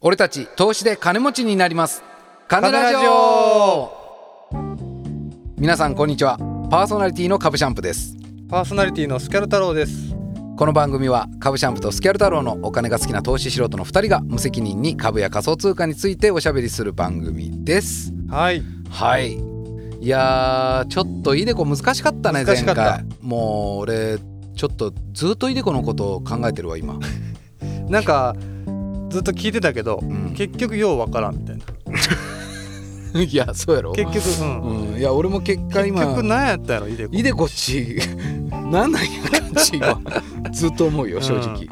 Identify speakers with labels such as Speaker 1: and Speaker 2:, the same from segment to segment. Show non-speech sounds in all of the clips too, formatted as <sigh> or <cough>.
Speaker 1: 俺たち投資で金持ちになります金ラジオ
Speaker 2: 金ラジ
Speaker 1: 皆さんこんにちはパーソナリティのカブシャンプです
Speaker 2: パーソナリティのスキャル太郎です。
Speaker 1: この番組はカブシャンプとスキャル太郎のお金が好きな投資素人の2人が無責任に株や仮想通貨についておしゃべりする番組です
Speaker 2: はい。
Speaker 1: はいいやーちょっとイデコ難しかったね
Speaker 2: 難
Speaker 1: 前
Speaker 2: しかった
Speaker 1: 回もう俺ちょっとずっとイデコのことを考えてるわ今、
Speaker 2: なんかずっと聞いてたけど、
Speaker 1: うん
Speaker 2: 結局ようわからんみたいな。
Speaker 1: <laughs> いやそうやろ
Speaker 2: 結局、うん。
Speaker 1: うん、いや俺も結果
Speaker 2: 結
Speaker 1: 今
Speaker 2: 局なんやったやろイデコ。
Speaker 1: いでこっちなんなんやかっちはずっと思うよ正直、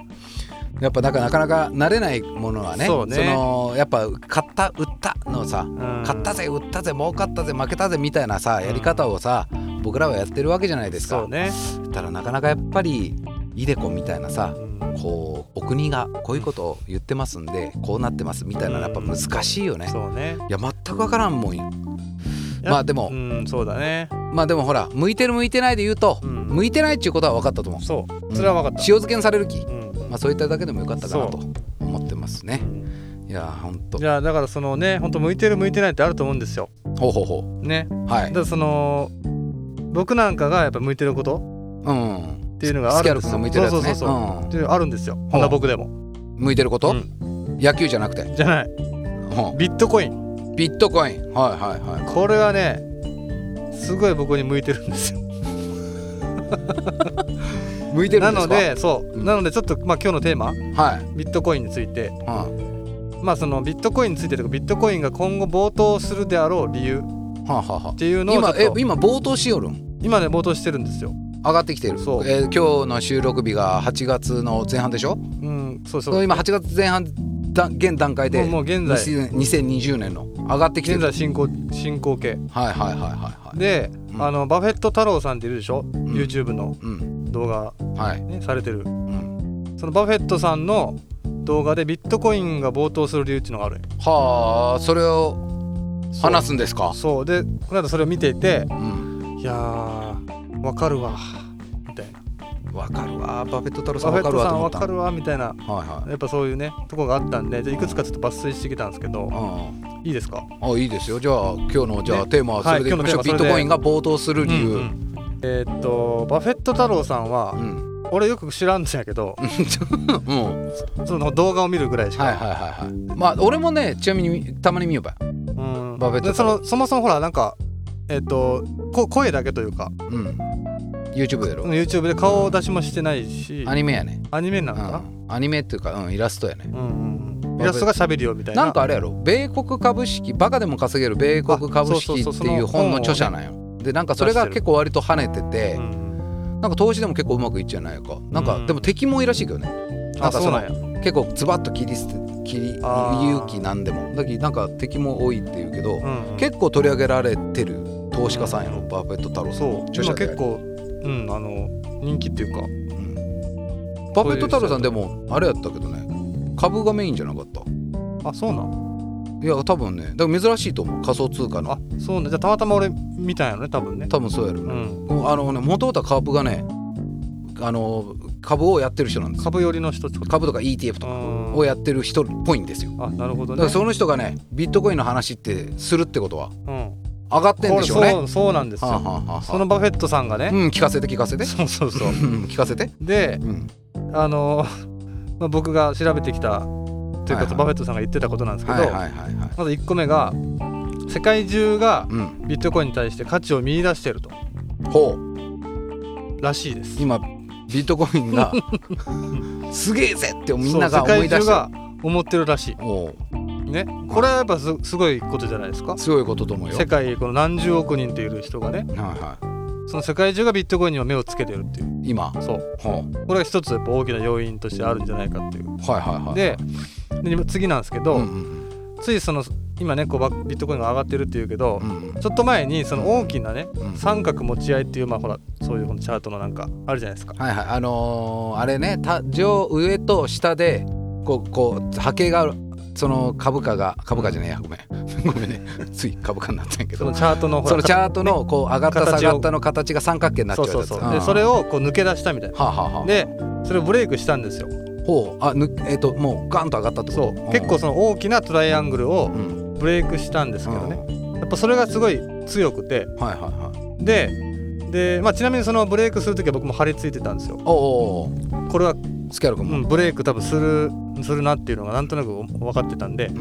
Speaker 1: やっぱなんかなかなか慣れないものはね
Speaker 2: そうね
Speaker 1: のやっぱ買った売ったのさ、
Speaker 2: うん
Speaker 1: 買ったぜ売ったぜ儲かったぜ負けたぜみたいなさやり方をさ、僕らはやってるわけじゃないですか
Speaker 2: そうね。
Speaker 1: ただなかなかやっぱりいでこみたいなさ
Speaker 2: うん
Speaker 1: こうお国がこういうことを言ってますんでこうなってますみたいなのやっぱ難しいよね、い
Speaker 2: そうね。
Speaker 1: や全く分からんもんよまあでも
Speaker 2: うん、そうだね。
Speaker 1: まあでもほら向いてる向いてないで言うと、
Speaker 2: うん
Speaker 1: 向いてないっていうことは分かったと思う
Speaker 2: そう。それはわかった。
Speaker 1: 塩漬けにされる気、
Speaker 2: うん。
Speaker 1: まあ、そういっただけでもよかったかな
Speaker 2: そ
Speaker 1: と思ってますねいやーほんと
Speaker 2: じゃあだからそのね、本当向いてる向いてないってあると思うんですよ。
Speaker 1: ほうほうほ
Speaker 2: ね。
Speaker 1: うは
Speaker 2: だ
Speaker 1: い
Speaker 2: からその僕なんかがやっぱ向いてること
Speaker 1: うん
Speaker 2: っていうのがあ
Speaker 1: スキャ
Speaker 2: る
Speaker 1: ル
Speaker 2: ん
Speaker 1: プ
Speaker 2: です
Speaker 1: の
Speaker 2: よ。
Speaker 1: 向いてるやつね
Speaker 2: そうそうそうそう。っていうのがあるんですよ。こんな僕でも。
Speaker 1: うん向いてること、
Speaker 2: うん
Speaker 1: 野球じゃなくて、
Speaker 2: じゃない。
Speaker 1: う
Speaker 2: ビットコイン。
Speaker 1: ん、ビットコインはいはいは
Speaker 2: これはね、すごい僕に向いてるんですよ。
Speaker 1: <laughs> い向いてる
Speaker 2: なん
Speaker 1: です
Speaker 2: の
Speaker 1: か
Speaker 2: でそう、
Speaker 1: うん
Speaker 2: なのでちょっと、まあ、今日のテーマ
Speaker 1: はい、
Speaker 2: ビットコインについて
Speaker 1: うん
Speaker 2: まあそのビットコインについてとかビットコインが今後暴騰するであろう理由っ
Speaker 1: はあ、はあはあ
Speaker 2: ていうのを
Speaker 1: 今
Speaker 2: ち
Speaker 1: え
Speaker 2: ょっと
Speaker 1: 今冒頭しよるん
Speaker 2: 今ね暴騰してるんですよ。
Speaker 1: 上がってきてる
Speaker 2: そう
Speaker 1: えー今日の収録日が8月の前半でしょ
Speaker 2: うんそう
Speaker 1: そ
Speaker 2: そうう。
Speaker 1: 今8月前半だ現段階で
Speaker 2: もうもう現在
Speaker 1: 2000 2020年の上がってきて
Speaker 2: 現
Speaker 1: る
Speaker 2: 在進行進行形
Speaker 1: はいはいはいはいはい
Speaker 2: で、
Speaker 1: うん
Speaker 2: あのバフェット太郎さんっているでしょ、YouTube の
Speaker 1: うん
Speaker 2: 動画、
Speaker 1: はい、
Speaker 2: ね、されてる
Speaker 1: うん、
Speaker 2: そのバフェットさんの動画でビットコインが暴騰する理由っていうのがある
Speaker 1: はあそれを
Speaker 2: そう
Speaker 1: 話すんですか
Speaker 2: そうでこの間それを見ていて
Speaker 1: うん
Speaker 2: いやーわかるわみたいな
Speaker 1: わかるわバフェット太郎さ
Speaker 2: バ
Speaker 1: ん
Speaker 2: フ
Speaker 1: わか
Speaker 2: ェッ
Speaker 1: る
Speaker 2: ト
Speaker 1: わ
Speaker 2: さ
Speaker 1: と
Speaker 2: ん
Speaker 1: 思
Speaker 2: わ
Speaker 1: った
Speaker 2: かるわみたいな
Speaker 1: はいはい
Speaker 2: やっぱそういうねとこがあったんでじゃあいくつかちょっと抜粋してきたんですけど
Speaker 1: うん
Speaker 2: いいですか
Speaker 1: あいいですよじゃあ今日のじゃあ
Speaker 2: ね
Speaker 1: テーマはそれでいきましょう、ビッ
Speaker 2: はい今日のテーマはそれで
Speaker 1: トコインが暴騰する理由、
Speaker 2: う
Speaker 1: うん
Speaker 2: うんえーっとバフェット太郎さんは
Speaker 1: ん
Speaker 2: 俺よく知らんんやけど
Speaker 1: うんはい
Speaker 2: その動画を見るぐらいしか、
Speaker 1: はいはいはいまあ俺もねちなみにたまに見よば
Speaker 2: うん
Speaker 1: バフェット
Speaker 2: で
Speaker 1: 太
Speaker 2: そ
Speaker 1: 郎
Speaker 2: のそもそもほらなんかえーっとこ声だけというか
Speaker 1: うん YouTube やろ、
Speaker 2: YouTube で顔を出しもしてないし
Speaker 1: アニメやね、
Speaker 2: アニメな
Speaker 1: う
Speaker 2: のかな、
Speaker 1: ん、アニメっていうか、うん、イラストやね
Speaker 2: うんうんうん、イラストが喋るよみたいな
Speaker 1: なんかあれやろ米国株式バカでも稼げる米国株
Speaker 2: あそう
Speaker 1: 式
Speaker 2: そう
Speaker 1: っ
Speaker 2: そ
Speaker 1: て
Speaker 2: う
Speaker 1: いう
Speaker 2: その
Speaker 1: 本の著者なんよでなんかそれが結構割と跳ねてて
Speaker 2: うん
Speaker 1: なんか投資でも結構うまくいっちゃうないかなんか
Speaker 2: うん
Speaker 1: でも敵も多いらしいけどねなん
Speaker 2: あ
Speaker 1: か
Speaker 2: そ
Speaker 1: そうの
Speaker 2: なんや
Speaker 1: 結構ズバッと切り捨て切り
Speaker 2: あー
Speaker 1: 勇気なんでもだけどなんか敵も多いっていうけど
Speaker 2: うんうん
Speaker 1: 結構取り上げられてる投資家さんやろバーフェット太郎さん
Speaker 2: そう
Speaker 1: 著者
Speaker 2: 今
Speaker 1: で
Speaker 2: 結構うんあの人気っていうか
Speaker 1: うんバーフェット太郎さんでもあれやったけどね株がメインじゃなかった
Speaker 2: あそうなん
Speaker 1: いや多分ねだから珍しいと思う仮想通貨の
Speaker 2: あそうなんじゃあたまたま俺見たんやろね多分ね
Speaker 1: 多分そうやろね
Speaker 2: うん
Speaker 1: うんあのね元々は株がねあの株をやってる人なんですよ
Speaker 2: 株寄りの人ってこと
Speaker 1: 株とか ETF とか
Speaker 2: うん
Speaker 1: をやってる人っぽいんですよ
Speaker 2: あなるほ
Speaker 1: だ
Speaker 2: どね
Speaker 1: からその人がねビットコインの話ってするってことは
Speaker 2: うん
Speaker 1: 上がってん
Speaker 2: こ
Speaker 1: で
Speaker 2: れ
Speaker 1: しょうね
Speaker 2: そうそうなんです
Speaker 1: はあ
Speaker 2: よ
Speaker 1: はあはあはあ
Speaker 2: そのバフェットさんがね
Speaker 1: うん聞かせて聞かせて
Speaker 2: そうそうそううん
Speaker 1: 聞かせて
Speaker 2: で
Speaker 1: うん
Speaker 2: あの <laughs> まあ僕が調べてきたという
Speaker 1: はい
Speaker 2: か
Speaker 1: はい
Speaker 2: バフェットさんが言ってたことなんですけ
Speaker 1: はいはい
Speaker 2: ど
Speaker 1: はいはい
Speaker 2: まず1個目が世界中が
Speaker 1: うん
Speaker 2: ビットコインに対して価値を見出していると
Speaker 1: ほう
Speaker 2: らしいです
Speaker 1: 今ビットコインがすげえぜってみんなが
Speaker 2: そう
Speaker 1: 思い出して
Speaker 2: 世界中
Speaker 1: る
Speaker 2: が思ってるらし
Speaker 1: おう
Speaker 2: いねこれはやっぱすすごいことじゃないですか
Speaker 1: すごいことと思うよ
Speaker 2: 世界この何十億人という人がね
Speaker 1: はいは
Speaker 2: その世界中がビットコインには目をつけてるっていう
Speaker 1: い今
Speaker 2: そう
Speaker 1: ほ
Speaker 2: これが一つやっぱ大きな要因としてあるんじゃないかっていう
Speaker 1: うはいはいはい
Speaker 2: でで次なんですけど、
Speaker 1: うんうん
Speaker 2: ついその今ねこうバビットコインが上がってるっていうけど、
Speaker 1: うんうん
Speaker 2: ちょっと前にその大きなね、
Speaker 1: うん
Speaker 2: 三角持ち合いっていうまあほらそういうこのチャートのなんかあるじゃないですか
Speaker 1: はいはいあのーあれねた上上と下でこうこう波形があるその株価が株価じゃねえやごめん <laughs> ごめんねつい株価になったんやけ
Speaker 2: そ
Speaker 1: ど
Speaker 2: のチャートのほら
Speaker 1: そのチャートのこう上がった
Speaker 2: 形を
Speaker 1: 下がったの形が三角形になっち
Speaker 2: そ
Speaker 1: ゃ
Speaker 2: う
Speaker 1: うやつ
Speaker 2: そうそう
Speaker 1: うん
Speaker 2: でそれをこう抜け出したみたいな
Speaker 1: はあはあはあ
Speaker 2: でそれをブレイクしたんですよ
Speaker 1: ほうあぬえっ、ともうガンと上がったってこ
Speaker 2: そ
Speaker 1: と
Speaker 2: う結構その大きなトライアングルを
Speaker 1: うん、うん、
Speaker 2: ブレイクしたんですけどねやっぱそれがすごい強くて
Speaker 1: うんはいはいはい
Speaker 2: でで、まあ、ちなみにそのブレイクする時は僕も張り付いてたんですよ
Speaker 1: おおー
Speaker 2: これは、
Speaker 1: スキャル君
Speaker 2: う
Speaker 1: も
Speaker 2: ん、ブレイク多分するするなっていうのがなんとなく分かってたんで
Speaker 1: う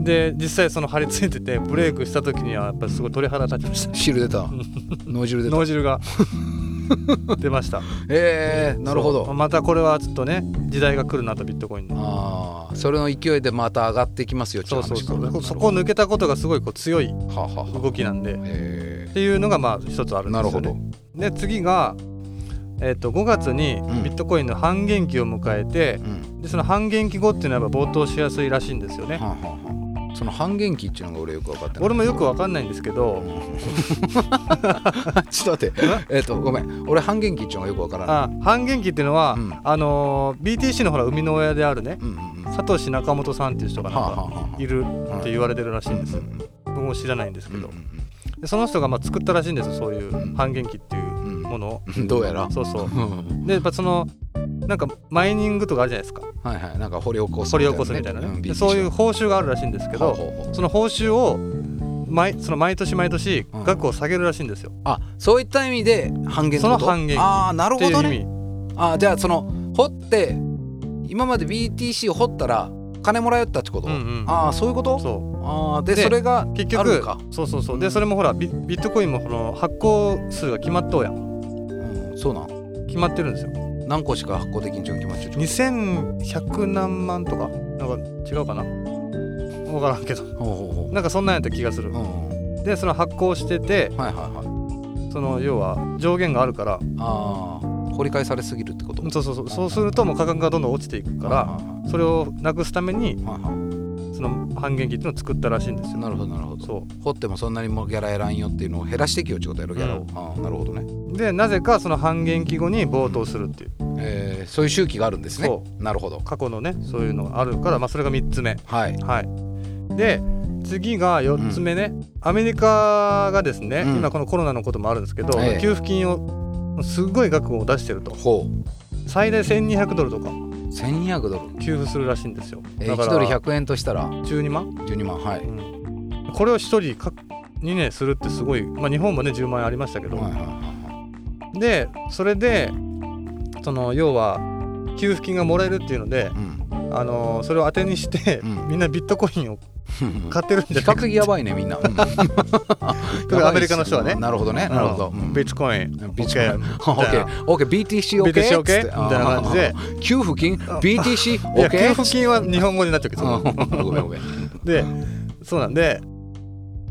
Speaker 1: ん、
Speaker 2: で実際その張り付いててブレイクした時にはやっぱりすごい鳥肌立ちま <laughs> した
Speaker 1: 汁出た
Speaker 2: ん
Speaker 1: 脳汁出た
Speaker 2: 脳汁 <laughs> が出ました
Speaker 1: えー、なるほ
Speaker 2: そう
Speaker 1: ど
Speaker 2: またこれはちょっとね時代が来るなとビットコインの
Speaker 1: ああそれの勢いでまた上がっていきますよってい
Speaker 2: そうそうそ
Speaker 1: 話か
Speaker 2: うそこを抜けたことがすごいこう強い
Speaker 1: はあはあはあ
Speaker 2: 動きなんでっ
Speaker 1: え
Speaker 2: ていうのがまあ一つあ
Speaker 1: ー、
Speaker 2: るんで
Speaker 1: な
Speaker 2: す
Speaker 1: る
Speaker 2: よ
Speaker 1: ほど、
Speaker 2: ねで次が、えっと5月に
Speaker 1: ん
Speaker 2: ビットコインの半減期を迎えて、
Speaker 1: うん
Speaker 2: でその半減期後っていうのはやっぱ暴騰しやすいらしいんですよね
Speaker 1: はあ、はあはあその半減期っていうのが俺よく分かってない
Speaker 2: 俺もよくわかんないんですけど、
Speaker 1: <laughs> ちょっと待ってえっとごめん俺半減期っていうのがよく分からない
Speaker 2: あ半減期っていうのは、
Speaker 1: うん
Speaker 2: あのー BTC のほら生みの親であるね
Speaker 1: うんうんうんは
Speaker 2: 佐藤中本さんっていう人が
Speaker 1: あ
Speaker 2: なん
Speaker 1: はあ
Speaker 2: か
Speaker 1: はあ
Speaker 2: いるって言われてるらしいんです
Speaker 1: う
Speaker 2: よ
Speaker 1: んうん
Speaker 2: 僕も知らないんですけど
Speaker 1: うん
Speaker 2: でその人がまあ作ったらしいんですよそういう半減期っていう
Speaker 1: うんうんうん
Speaker 2: ものを
Speaker 1: うんどうやら
Speaker 2: そうそう
Speaker 1: うん
Speaker 2: でやっぱそのなんかマイニングとかあるじゃないですか
Speaker 1: はいはいなんか掘り起こす
Speaker 2: 掘り起こすみたいな
Speaker 1: うん
Speaker 2: ねで
Speaker 1: BTC
Speaker 2: そういう報酬があるらしいんですけ
Speaker 1: ほう
Speaker 2: ど
Speaker 1: ほうほう
Speaker 2: その報酬を毎その毎年毎年
Speaker 1: うん
Speaker 2: 額を下げるらしいんですよ、
Speaker 1: あそういった意味で半減ってこと
Speaker 2: その半減期
Speaker 1: ああなる
Speaker 2: ってい
Speaker 1: ほ
Speaker 2: う
Speaker 1: ど
Speaker 2: 意
Speaker 1: ね
Speaker 2: 味
Speaker 1: あーじゃあその掘って今まで BTC を掘ったら金もらえたってこと、
Speaker 2: うんうん
Speaker 1: ああそういうこと
Speaker 2: そ
Speaker 1: ああで
Speaker 2: で
Speaker 1: それが
Speaker 2: う結
Speaker 1: ある
Speaker 2: 局
Speaker 1: のか、
Speaker 2: そうそうそう
Speaker 1: う
Speaker 2: で
Speaker 1: ん
Speaker 2: それもほらビビットコインもこの発行数が決まっとうやん
Speaker 1: うん、そうなん
Speaker 2: 決まってるんですよ
Speaker 1: 何個しか発行できんちゃう決まっちゃう
Speaker 2: 2100何万とかなんか違うかな分からんけど
Speaker 1: ほうほうほう
Speaker 2: なんかそんなんやった気がする
Speaker 1: うんうん
Speaker 2: でその発行してて
Speaker 1: はいはいはい
Speaker 2: その要は上限があるから
Speaker 1: ああ掘り返されすぎるってこと
Speaker 2: そうそうそうそうするともう価格がどんどん落ちていくから
Speaker 1: は
Speaker 2: それをなくすために
Speaker 1: いはいはい
Speaker 2: その半減期っていうのを作ったらしいんですよ
Speaker 1: なるほどなるほど
Speaker 2: そ
Speaker 1: 掘ってもそんなにもうギャラやらんよっていうのを減らしていきようってことやろギャラを、
Speaker 2: うん
Speaker 1: ああなるほどね、
Speaker 2: うでなぜかその半減期後に暴騰するっていう
Speaker 1: えー、そういう周期があるんですね
Speaker 2: そ
Speaker 1: なるほど
Speaker 2: 過去のねそういうのがあるからまあそれが3つ目
Speaker 1: はい
Speaker 2: はいで次が4つ目ね、アメリカがですね、
Speaker 1: うん
Speaker 2: 今このコロナのこともあるんですけど、
Speaker 1: ええ
Speaker 2: 給付金をすごい額を出してると
Speaker 1: ほう
Speaker 2: 最大1200ドルとか
Speaker 1: 1200ドル、
Speaker 2: 給付するらしいんですよ
Speaker 1: えー、
Speaker 2: だか
Speaker 1: 1ドル
Speaker 2: ら
Speaker 1: 100円としたら
Speaker 2: 12万
Speaker 1: 12万はい、
Speaker 2: うんこれを一人かにねするってすごい、まあ、日本もね10万円ありましたけど、
Speaker 1: はいはいは
Speaker 2: でそれでその要は給付金がもらえるっていうので
Speaker 1: い、うん
Speaker 2: あのーそれを当てにして、
Speaker 1: うん
Speaker 2: みんなビットコインを買ってるんじ
Speaker 1: 比
Speaker 2: ゃない
Speaker 1: 較的やばいねみんな、
Speaker 2: <laughs>
Speaker 1: うん
Speaker 2: 特にアメリカの人はね
Speaker 1: なるほどねなるほど、うん
Speaker 2: ビットコイン
Speaker 1: ビッチコイン OKBTCOK
Speaker 2: BTC OK みたいな感じで
Speaker 1: 給付金
Speaker 2: ん
Speaker 1: BTC
Speaker 2: いや給
Speaker 1: OK
Speaker 2: 付金は日本語になっちゃうけど、
Speaker 1: ごめんごめん
Speaker 2: でそうなんで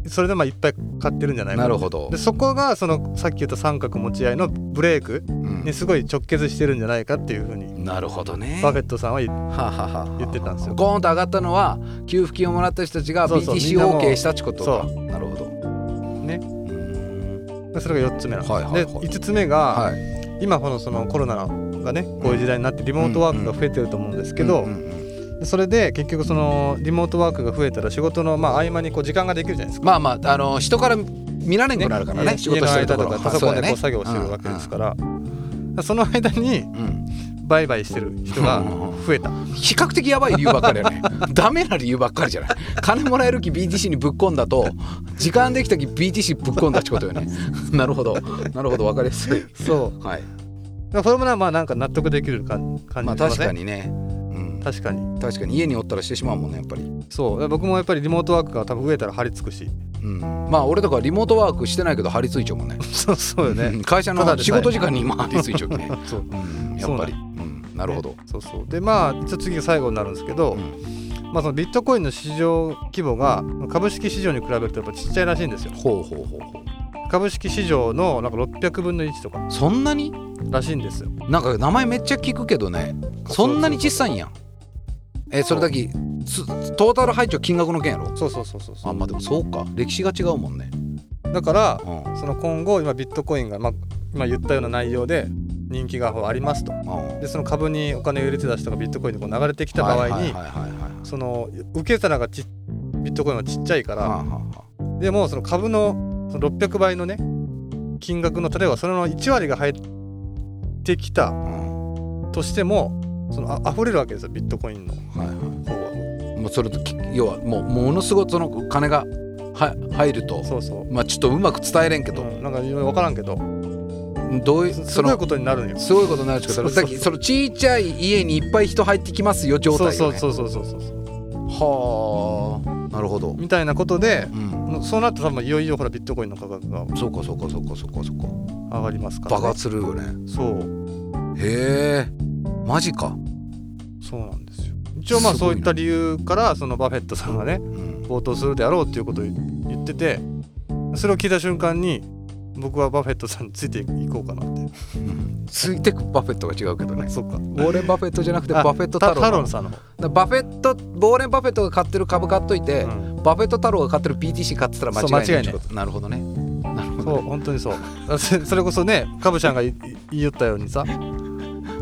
Speaker 2: それでまあいっぱい買ってるんじゃないか
Speaker 1: なるほど
Speaker 2: でそこがそのさっき言った三角持ち合いのブレイク
Speaker 1: うん
Speaker 2: にすごい直結してるんじゃないかっていうふうに
Speaker 1: なるほどね
Speaker 2: バフェットさんは言っ
Speaker 1: はあはあはあはあ
Speaker 2: 言ってたんですよ
Speaker 1: ゴーンと上がったのは給付金をもらった人たちが
Speaker 2: そうそう
Speaker 1: BTC
Speaker 2: みんなも
Speaker 1: OK したってことか
Speaker 2: そ
Speaker 1: なるほど
Speaker 2: ね
Speaker 1: うん
Speaker 2: でそれが4つ目なんです、
Speaker 1: はいはいはい
Speaker 2: で5つ目が、
Speaker 1: はい
Speaker 2: 今このそのコロナがねこういう時代になってリモートワークが増えてると思うんですけど、
Speaker 1: うんうんうん
Speaker 2: でそれで結局そのリモートワークが増えたら仕事のまあ合間にこう時間ができるじゃないですか。
Speaker 1: まあまああの人から見られなくなるからね
Speaker 2: 家
Speaker 1: 仕事してるとこ
Speaker 2: 家
Speaker 1: ろ
Speaker 2: の間とかパソコンでこ
Speaker 1: は
Speaker 2: う
Speaker 1: いそう
Speaker 2: 作
Speaker 1: だ
Speaker 2: 業
Speaker 1: ね
Speaker 2: してるわけですから、その間に
Speaker 1: うんうん
Speaker 2: 売買してる人が増えた。
Speaker 1: 比較的やばい理由ばっかりや
Speaker 2: <laughs>
Speaker 1: ねダメな理由ばっかりじゃない金もらえる気 BTC にぶっ込んだと時間できた気 BTC ぶっ込んだってことよねなるほどなるほど分かりやすい
Speaker 2: そう。
Speaker 1: はい
Speaker 2: だからそれもなまあなんか納得できる感感
Speaker 1: まあ
Speaker 2: じが
Speaker 1: 確
Speaker 2: し
Speaker 1: か
Speaker 2: ません。
Speaker 1: にね、うん、
Speaker 2: 確かに。
Speaker 1: 確かに家におったらしてしまうもんねやっぱり、
Speaker 2: そう。僕もやっぱりリモートワークが多分増えたら張り付くし。 <laughs>
Speaker 1: うん、まあ俺とかリモートワークしてないけど張り付いちゃうもんね
Speaker 2: そうそうよ
Speaker 1: う
Speaker 2: ね。
Speaker 1: ん会社
Speaker 2: ただ
Speaker 1: の
Speaker 2: でさえ
Speaker 1: 仕事時間に今張り付いちゃうね、
Speaker 2: そう。
Speaker 1: うん、やっぱり
Speaker 2: そう
Speaker 1: うん、なるほど、
Speaker 2: そうそう。でまあちょっと次が最後になるんですけど。
Speaker 1: うん、
Speaker 2: まあ、そのビットコインの市場規模が株式市場に比べるとやっぱちっちゃいらしいんですよ
Speaker 1: ほうほうほうほう
Speaker 2: 株式市場のなんか600分の1とか
Speaker 1: そんなに
Speaker 2: らしいんですよ
Speaker 1: なんか名前めっちゃ聞くけどねそんなに小さいんやんえそれだけつトータル配置は金額の件やろ
Speaker 2: そうそうそうそうそ
Speaker 1: あ
Speaker 2: う
Speaker 1: まあでもそうか歴史が違うもんね
Speaker 2: だから
Speaker 1: うん
Speaker 2: その今後今ビットコインが、まあ、今言ったような内容で人気がありますと
Speaker 1: うん
Speaker 2: でその株にお金を入れてた人がビットコインでこう流れてきた場合に、
Speaker 1: はいはいはいはいはい
Speaker 2: その受け皿がちビットコインはちっちゃいか
Speaker 1: はあ
Speaker 2: ら、
Speaker 1: はあは
Speaker 2: でもその株のその600倍のね金額の例えばそれの1割が入ってきた
Speaker 1: あうん
Speaker 2: としてもそのあ溢れるわけですよビットコインの
Speaker 1: いは
Speaker 2: 方は。
Speaker 1: い、もうそれとき要はもうものすごいその金がは入ると
Speaker 2: そうそう
Speaker 1: まあちょっとうまく伝えれんけど、
Speaker 2: うん、なんか分からんけど
Speaker 1: どうい
Speaker 2: す
Speaker 1: そ
Speaker 2: すごい
Speaker 1: の
Speaker 2: ことになるんよ。
Speaker 1: すごいことになるんですけど
Speaker 2: そうそう
Speaker 1: さっきそのちっちゃい家にいっぱい人入ってきますよ状態
Speaker 2: そ
Speaker 1: が、
Speaker 2: う
Speaker 1: ね、
Speaker 2: そうそうそうそうそう
Speaker 1: はあなるほど、
Speaker 2: みたいなことで
Speaker 1: うん、
Speaker 2: そうなったら多分いよいよほらビットコインの価格が
Speaker 1: そうかそうかそうかそうかそうか
Speaker 2: 上がりますから、ね、
Speaker 1: 爆発するよね
Speaker 2: そう
Speaker 1: へえマジか、
Speaker 2: そうなんですよ一応まあ
Speaker 1: すごい
Speaker 2: そ
Speaker 1: うない
Speaker 2: った理由からそのバフェットさんがね
Speaker 1: うん、
Speaker 2: 冒頭するであろうっていうことを言っててそれを聞いた瞬間に僕はバフェットさんについていこうかなって
Speaker 1: ついてくバフェットが違うけどね
Speaker 2: <laughs> そっか
Speaker 1: ウォーレン・バフェットじゃなくて
Speaker 2: あ
Speaker 1: バフェット
Speaker 2: タ
Speaker 1: 太
Speaker 2: タロ
Speaker 1: 郎
Speaker 2: ンさんの方、
Speaker 1: だバフェットウォーレン・バフェットが買ってる株買っといて、
Speaker 2: うん
Speaker 1: バフェット太郎が買ってる PTC 買ってたら間違いない
Speaker 2: そう間違いない
Speaker 1: ってことなるほどねなるほど
Speaker 2: そう本当にそう <laughs> そそれこそねカブちゃんがいい言いよったようにさ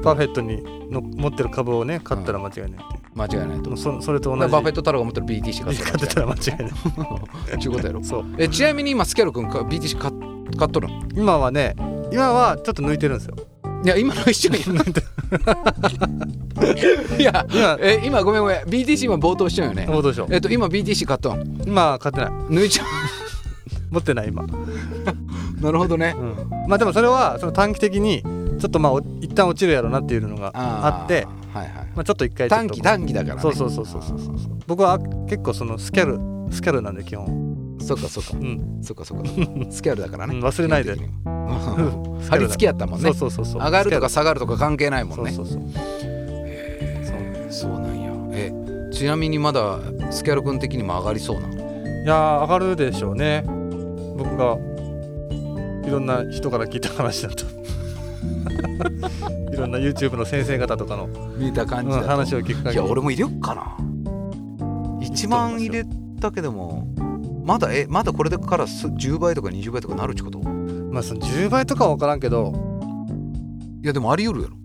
Speaker 2: バフェットにの持ってる株をね買ったら間違いないっていう
Speaker 1: 間違いないと
Speaker 2: でもそそれと同
Speaker 1: バフ
Speaker 2: じ
Speaker 1: ェット太郎が持ってる BTC 買って
Speaker 2: <laughs> 買ってた
Speaker 1: たら
Speaker 2: ら間違いな
Speaker 1: 間
Speaker 2: い
Speaker 1: 違いないちゅうことやろ
Speaker 2: そう
Speaker 1: えちなみに今スキャロ君か BTC 買っ買っとるん
Speaker 2: 今はね今はちょっと抜いてるんですよ
Speaker 1: いや今の一緒
Speaker 2: <laughs>
Speaker 1: にいや
Speaker 2: 今
Speaker 1: え今ごめんごめん BTC 今冒頭しちゃうよね
Speaker 2: どうでしょう
Speaker 1: えっと今 BTC 買ったん
Speaker 2: 今は買ってない
Speaker 1: 抜い
Speaker 2: <laughs>
Speaker 1: ちゃ
Speaker 2: 持ってない今
Speaker 1: うなるほどね
Speaker 2: うんまあでもそれはその短期的にちょっとまあお一旦落ちるやろうなっていうのが
Speaker 1: ー
Speaker 2: あって
Speaker 1: はいはい
Speaker 2: まあ、ちょっと一回ちょっ
Speaker 1: 短
Speaker 2: と
Speaker 1: 期短期だからね
Speaker 2: そうそうそうそうそうそう僕は結構そのスキャルスキャルなんで基本、
Speaker 1: そうかそうか
Speaker 2: うん、
Speaker 1: そうかそうかスキャルだからね
Speaker 2: うん忘れないで
Speaker 1: 基本的には
Speaker 2: <laughs> スキ
Speaker 1: 貼
Speaker 2: ャル
Speaker 1: り
Speaker 2: だ
Speaker 1: 付きやったもん
Speaker 2: そ
Speaker 1: ね
Speaker 2: うそうそうそう
Speaker 1: 上がるとか
Speaker 2: ス
Speaker 1: 下がるとか関係ない
Speaker 2: キ
Speaker 1: も
Speaker 2: ャ
Speaker 1: ん
Speaker 2: ル
Speaker 1: ね
Speaker 2: そうそうそう
Speaker 1: へーそうなんやえちなみにまだスキャル君的にも上がりそうなの
Speaker 2: いやー上がるでしょうね僕がいろんな人から聞いた話だと <laughs> いろんな YouTube の先生方とかの、
Speaker 1: 見た感
Speaker 2: うん、
Speaker 1: じだと
Speaker 2: 話を聞く限り
Speaker 1: いや俺も入れよっかな1万入れたけどもまだえまだこれからす10倍とか20倍とかなるっちことい
Speaker 2: まあその10倍とかは分からんけど、
Speaker 1: やでもあり得るやろ
Speaker 2: う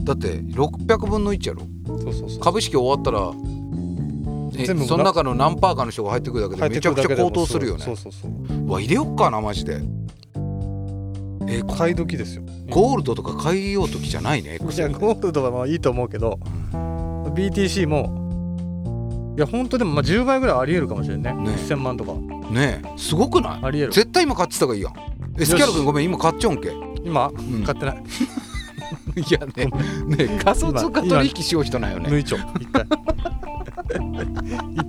Speaker 2: ん、
Speaker 1: だって600分の1やろ
Speaker 2: そうそうそう
Speaker 1: 株式終わったらえ
Speaker 2: 全部
Speaker 1: その中の何パーかの人が入ってくるだけでめちゃくちゃ高騰するよね
Speaker 2: そうそうそう
Speaker 1: うわ入れよっかなマジでえこ
Speaker 2: 買い時ですよ
Speaker 1: ゴールドとか買いようときじゃないね
Speaker 2: いやゴールドはまあいいと思うけど BTC もいや本当でもまあ10倍ぐらいありえるかもしれんね
Speaker 1: ね
Speaker 2: 1000万とか
Speaker 1: ねえすごくない
Speaker 2: ありえる
Speaker 1: 絶対今買ってた方がいいやんえスキャロ君ごめん今買っちゃうんけ
Speaker 2: 今
Speaker 1: うん
Speaker 2: 買ってない
Speaker 1: いやねね仮想通貨取引しよう人なんよね
Speaker 2: 抜いちょ一
Speaker 1: <laughs>
Speaker 2: 回一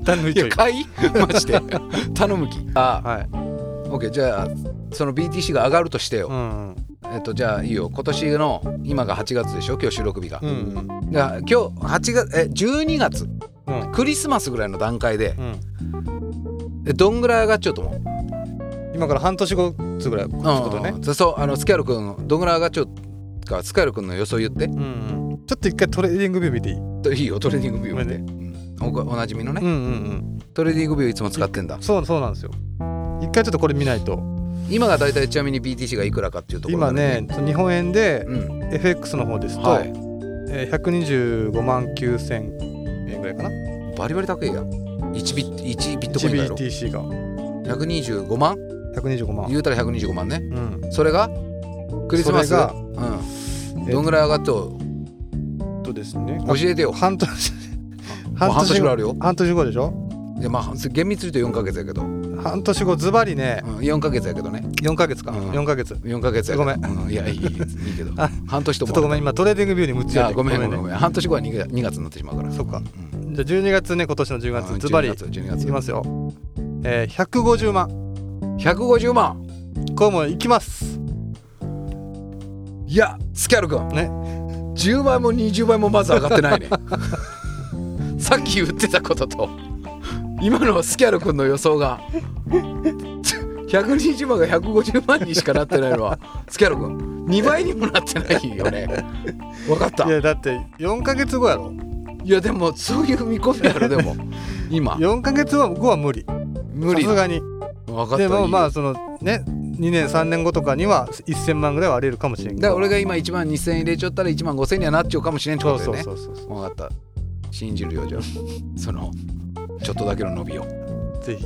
Speaker 2: 旦抜い
Speaker 1: い
Speaker 2: ちょ
Speaker 1: や <laughs>
Speaker 2: い
Speaker 1: 買いマジで頼むきあ
Speaker 2: はい
Speaker 1: オッケーじゃあその BTC が上がるとして
Speaker 2: う
Speaker 1: よ、
Speaker 2: ん
Speaker 1: えっとじゃあいいよ今年の今が8月でしょ今日収録日が、
Speaker 2: うん
Speaker 1: だから今日8月え12月
Speaker 2: うん
Speaker 1: クリスマスぐらいの段階で
Speaker 2: うん
Speaker 1: えどんぐらい上がっちゃうと思う
Speaker 2: 今から半年後っつぐらいってことね
Speaker 1: うんそうそうあのスキャル君どんぐらい上がっちゃうかスキャル君の予想言って
Speaker 2: うんうんちょっと一回トレーディングビュー見ていいうん
Speaker 1: いいよトレーディングビュー見て、うんおかおなじみのね、
Speaker 2: うんうん
Speaker 1: トレーディングビューいつも使ってんだ
Speaker 2: そうそうなんですよ一回ちょっとこれ見ないと
Speaker 1: 今が大体ちなみに BTC がいくらかっていうところ
Speaker 2: 今
Speaker 1: だ
Speaker 2: ねその日本円で
Speaker 1: うん
Speaker 2: FX の方ですと、
Speaker 1: はい
Speaker 2: えー、125万9000円ぐらいかな
Speaker 1: バリバリ高いやん1ビット1ビットコインだろ
Speaker 2: 1BTC が
Speaker 1: 125万
Speaker 2: 125万、
Speaker 1: 言うたら125万ね
Speaker 2: うん、
Speaker 1: それがクリスマス
Speaker 2: それが
Speaker 1: うん、
Speaker 2: え
Speaker 1: どんぐらい上がってよ
Speaker 2: とですね
Speaker 1: 教えてよ
Speaker 2: 半年
Speaker 1: もう半年ぐらいあるよ
Speaker 2: 半年後でしょ
Speaker 1: いやまあ厳密に言うと4ヶ月やけど、うん、
Speaker 2: 半年後ズバリね
Speaker 1: 4ヶ月やけどね
Speaker 2: 4ヶ月か、
Speaker 1: うん
Speaker 2: 4ヶ月ちょ
Speaker 1: 4ヶ月やけど
Speaker 2: ごめん
Speaker 1: うんいやいいいいけど
Speaker 2: <laughs> あ
Speaker 1: 半年と
Speaker 2: っ
Speaker 1: も
Speaker 2: とごめん今トレーディングビューに夢
Speaker 1: い
Speaker 2: 中
Speaker 1: や
Speaker 2: で
Speaker 1: ごめんごめんごめん
Speaker 2: ね
Speaker 1: 半年後は 2, 月二月になってしまうから
Speaker 2: そっか
Speaker 1: うん
Speaker 2: じゃあ12月ね今年の10
Speaker 1: うん
Speaker 2: 月ズバリい
Speaker 1: 12月12月
Speaker 2: きますよえー、150万
Speaker 1: 150万
Speaker 2: これもういきます
Speaker 1: いやスキャル君
Speaker 2: ね
Speaker 1: 10倍も20倍もまず上がってない
Speaker 2: <laughs>
Speaker 1: ねさっき言ってたことと今のスキャル君の予想が120万が150万にしかなってないのはスキャル君2倍にもなってないよね分かった
Speaker 2: い
Speaker 1: いや
Speaker 2: やだって4ヶ月後やろ
Speaker 1: でもそういう見込みだろでも今
Speaker 2: 4ヶ月後は無理
Speaker 1: 無理
Speaker 2: さす
Speaker 1: だ
Speaker 2: がに
Speaker 1: 分かった
Speaker 2: でもま
Speaker 1: い
Speaker 2: あそのね2年3年後とかには1000万ぐらいはありえるかもしれん
Speaker 1: い
Speaker 2: け
Speaker 1: だから
Speaker 2: ど
Speaker 1: 俺が今1万2000円入れちゃったら1万5000円にはなっちゃうかもしれんって
Speaker 2: そ
Speaker 1: こ
Speaker 2: う
Speaker 1: とだよ
Speaker 2: そう
Speaker 1: ね
Speaker 2: そうそうそ
Speaker 1: 分かった信じるよじゃあそのちょっとだけの伸びを
Speaker 2: うぜひ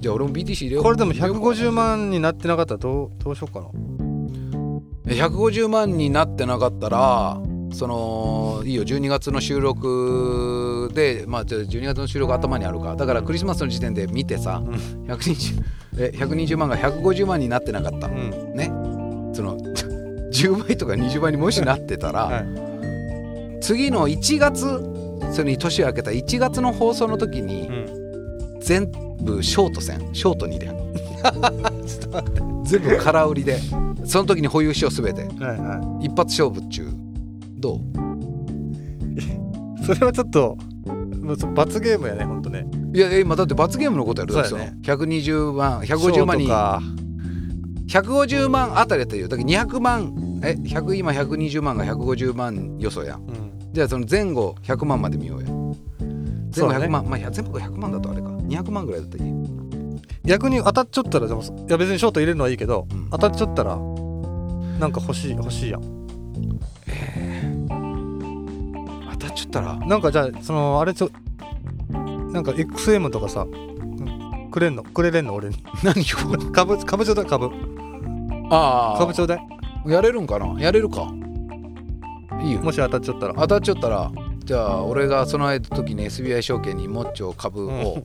Speaker 1: じゃあ俺も BTC 入れよう
Speaker 2: これでも150万になってなかったらどうどうしようかな
Speaker 1: え150万になってなかったらそのいいよ12月の収録でまあじゃあ12月の収録頭にあるかだからクリスマスの時点で見てさ
Speaker 2: うん
Speaker 1: 120え120万が150万になってなかった
Speaker 2: う
Speaker 1: ね
Speaker 2: ん
Speaker 1: その10倍とか20倍にもしなってたら、
Speaker 2: はい
Speaker 1: 次の1月それに年を明けた1月の放送の時に
Speaker 2: うん
Speaker 1: 全部ショート戦ショートにで <laughs>
Speaker 2: ちょっと待って
Speaker 1: 全部空売りでその時に保有しよう全て
Speaker 2: はいは
Speaker 1: 一発勝負っちゅうどう
Speaker 2: いそれはちょっともうちょっと罰ゲームやねほんとね
Speaker 1: いやいや今だって罰ゲームのことやる
Speaker 2: そうやね
Speaker 1: の120万150万
Speaker 2: ショート
Speaker 1: に
Speaker 2: か
Speaker 1: 150万あたりやったらいいよだから200万え100今120万が150万予想やん
Speaker 2: うん
Speaker 1: じゃあその前後100万まで見ようや前
Speaker 2: そう
Speaker 1: 後
Speaker 2: だね
Speaker 1: 100万、まあいや全部が100万だとあれか200万ぐらいだったらいい
Speaker 2: 逆に当たっちゃったらでもいや別にショート入れるのはいいけど、
Speaker 1: うん
Speaker 2: 当たっちゃったらなんか欲しい欲しいやん
Speaker 1: 当たっちゃったら
Speaker 2: なんかじゃあそのあれちょなんか XM とかさくれんのくれれんの俺に
Speaker 1: 何
Speaker 2: 株株ちょうだい株
Speaker 1: を <laughs> あ
Speaker 2: 株ちょうだい
Speaker 1: あやれるんかなやれるかいいよ
Speaker 2: もし当たっちゃったら
Speaker 1: 当たっちゃったらじゃあ俺が備えた時に SBI 証券にモッチョ株を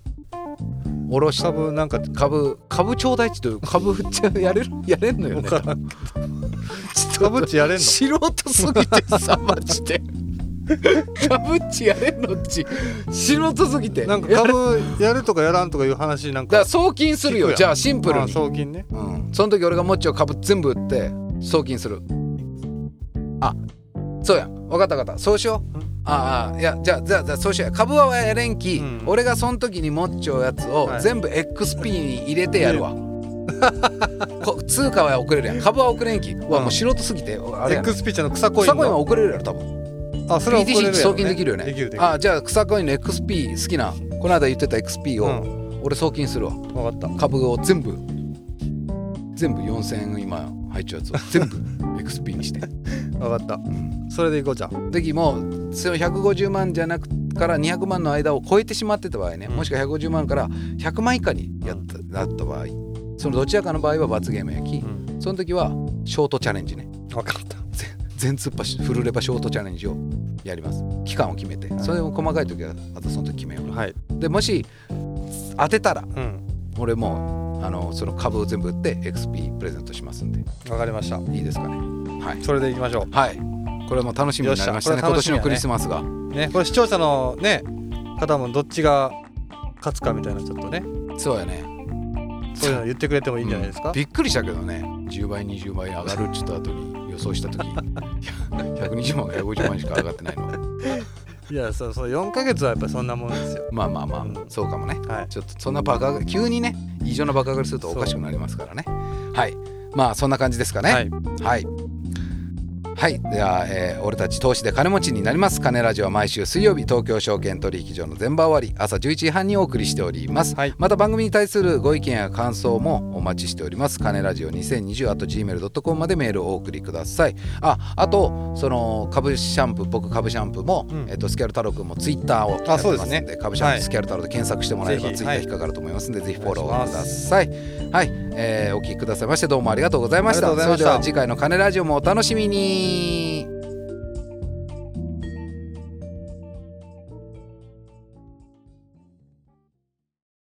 Speaker 1: 下ろし
Speaker 2: 株なんか
Speaker 1: 株株ちょうだいっちという株ってやれる <laughs> やれんのよね
Speaker 2: わからん
Speaker 1: ちょっ
Speaker 2: 株っ
Speaker 1: <laughs>
Speaker 2: ちやれんの
Speaker 1: 素人すぎてさマジ
Speaker 2: <laughs>
Speaker 1: で株っちやれんのっち素人すぎて
Speaker 2: なんか
Speaker 1: やれだか
Speaker 2: 株やるとかやらんとかいう話なんから
Speaker 1: 送金する
Speaker 2: 聞く
Speaker 1: よ
Speaker 2: やん
Speaker 1: じゃあシンプル
Speaker 2: ああ
Speaker 1: に
Speaker 2: 送金ね
Speaker 1: うん、その時俺がモッチョ株全部売って送金するあそうや分かった分かったそうしようんあああいやじゃあじゃあじゃあそうしようや株はやれんき、
Speaker 2: うん
Speaker 1: 俺がその時にモッチョやつを
Speaker 2: はい
Speaker 1: 全部 XP に入れてやるわ、 <laughs> こ通貨は送れるやん株は送れんきうわ、
Speaker 2: うん
Speaker 1: もう素人すぎてあれやん
Speaker 2: X ピーチャーの草コイン
Speaker 1: 草コインは
Speaker 2: の
Speaker 1: 送れるやろ多分
Speaker 2: あそれは送れ
Speaker 1: PTC
Speaker 2: るやろね
Speaker 1: 送金できるよね
Speaker 2: できるできる
Speaker 1: あじゃあ草コインの XP 好きなこの間言ってた XP
Speaker 2: う
Speaker 1: を俺送金するわ、
Speaker 2: んわかった
Speaker 1: 株を全部全部4000円今入っちゃうや
Speaker 2: <laughs>
Speaker 1: つを全部 XP にして
Speaker 2: わかったそれでいこうじゃん
Speaker 1: 時もうその150万じゃなくから200万の間を超えてしまってた場合ね
Speaker 2: うん
Speaker 1: もしくは150万から100万以下にやった,、なった場合そのどちらかの場合は罰ゲームやきその時はショートチャレンジね
Speaker 2: わかった
Speaker 1: 全突破しフルレバショートチャレンジをやります期間を決めて
Speaker 2: はい
Speaker 1: それも細かい時はまたその時決めよう
Speaker 2: はい
Speaker 1: でもし当てたら
Speaker 2: うん
Speaker 1: 俺もうあのその株を全部売って XP プレゼントしますんで
Speaker 2: わかりました
Speaker 1: いいですかね。はい。
Speaker 2: それでいきましょ
Speaker 1: はい。これはもう楽しみになりましたね。
Speaker 2: よっしゃ
Speaker 1: 今
Speaker 2: これ楽
Speaker 1: 年
Speaker 2: しみやね
Speaker 1: のクリスマスが。
Speaker 2: うねこれ視聴者のね方もどっちが勝つかみたいなちょっとね
Speaker 1: そうやね。
Speaker 2: そういうの言ってくれてもいいんじゃないです
Speaker 1: うん
Speaker 2: か
Speaker 1: びっくりしたけどね。10倍20倍上がるっつった後に予想した時、120万から150万しか上がってないの。
Speaker 2: いやそうそう4ヶ月はやっぱそんなもんですよ
Speaker 1: まあまあまあ、
Speaker 2: うん
Speaker 1: そうかもね。
Speaker 2: はい
Speaker 1: ちょっとそんなバカ上がり急にね異常なバカ上がりするとおかしくなりますからね。はい。まあそんな感じですかね。
Speaker 2: はい
Speaker 1: はい。はい、では、えー俺たち投資で金持ちになります金ラジオは毎週水曜日東京証券取引所の前場終わり朝11時半にお送りしております、
Speaker 2: はい
Speaker 1: また番組に対するご意見や感想もお待ちしております金ラジオ2020 at gmail.com までメールをお送りくださいああとその株シャンプー僕株シャンプーも、
Speaker 2: うん
Speaker 1: えっとスキャル太郎くんもツイッターをやって
Speaker 2: あ
Speaker 1: ます
Speaker 2: そ
Speaker 1: ん
Speaker 2: う
Speaker 1: で
Speaker 2: ですね
Speaker 1: 株シャンプー、
Speaker 2: はい
Speaker 1: スキャル太郎で検索してもらえれば
Speaker 2: ぜひ
Speaker 1: ツイッター
Speaker 2: はい
Speaker 1: 引っかかると思いますのでぜひフォロ
Speaker 2: お願い
Speaker 1: ー
Speaker 2: し
Speaker 1: く
Speaker 2: ま
Speaker 1: だ
Speaker 2: す
Speaker 1: さいはい、えーお聞きくださいましてどうもありがとうございました
Speaker 2: ありがとうございました
Speaker 1: それでは次回の「金ラジオ」もお楽しみに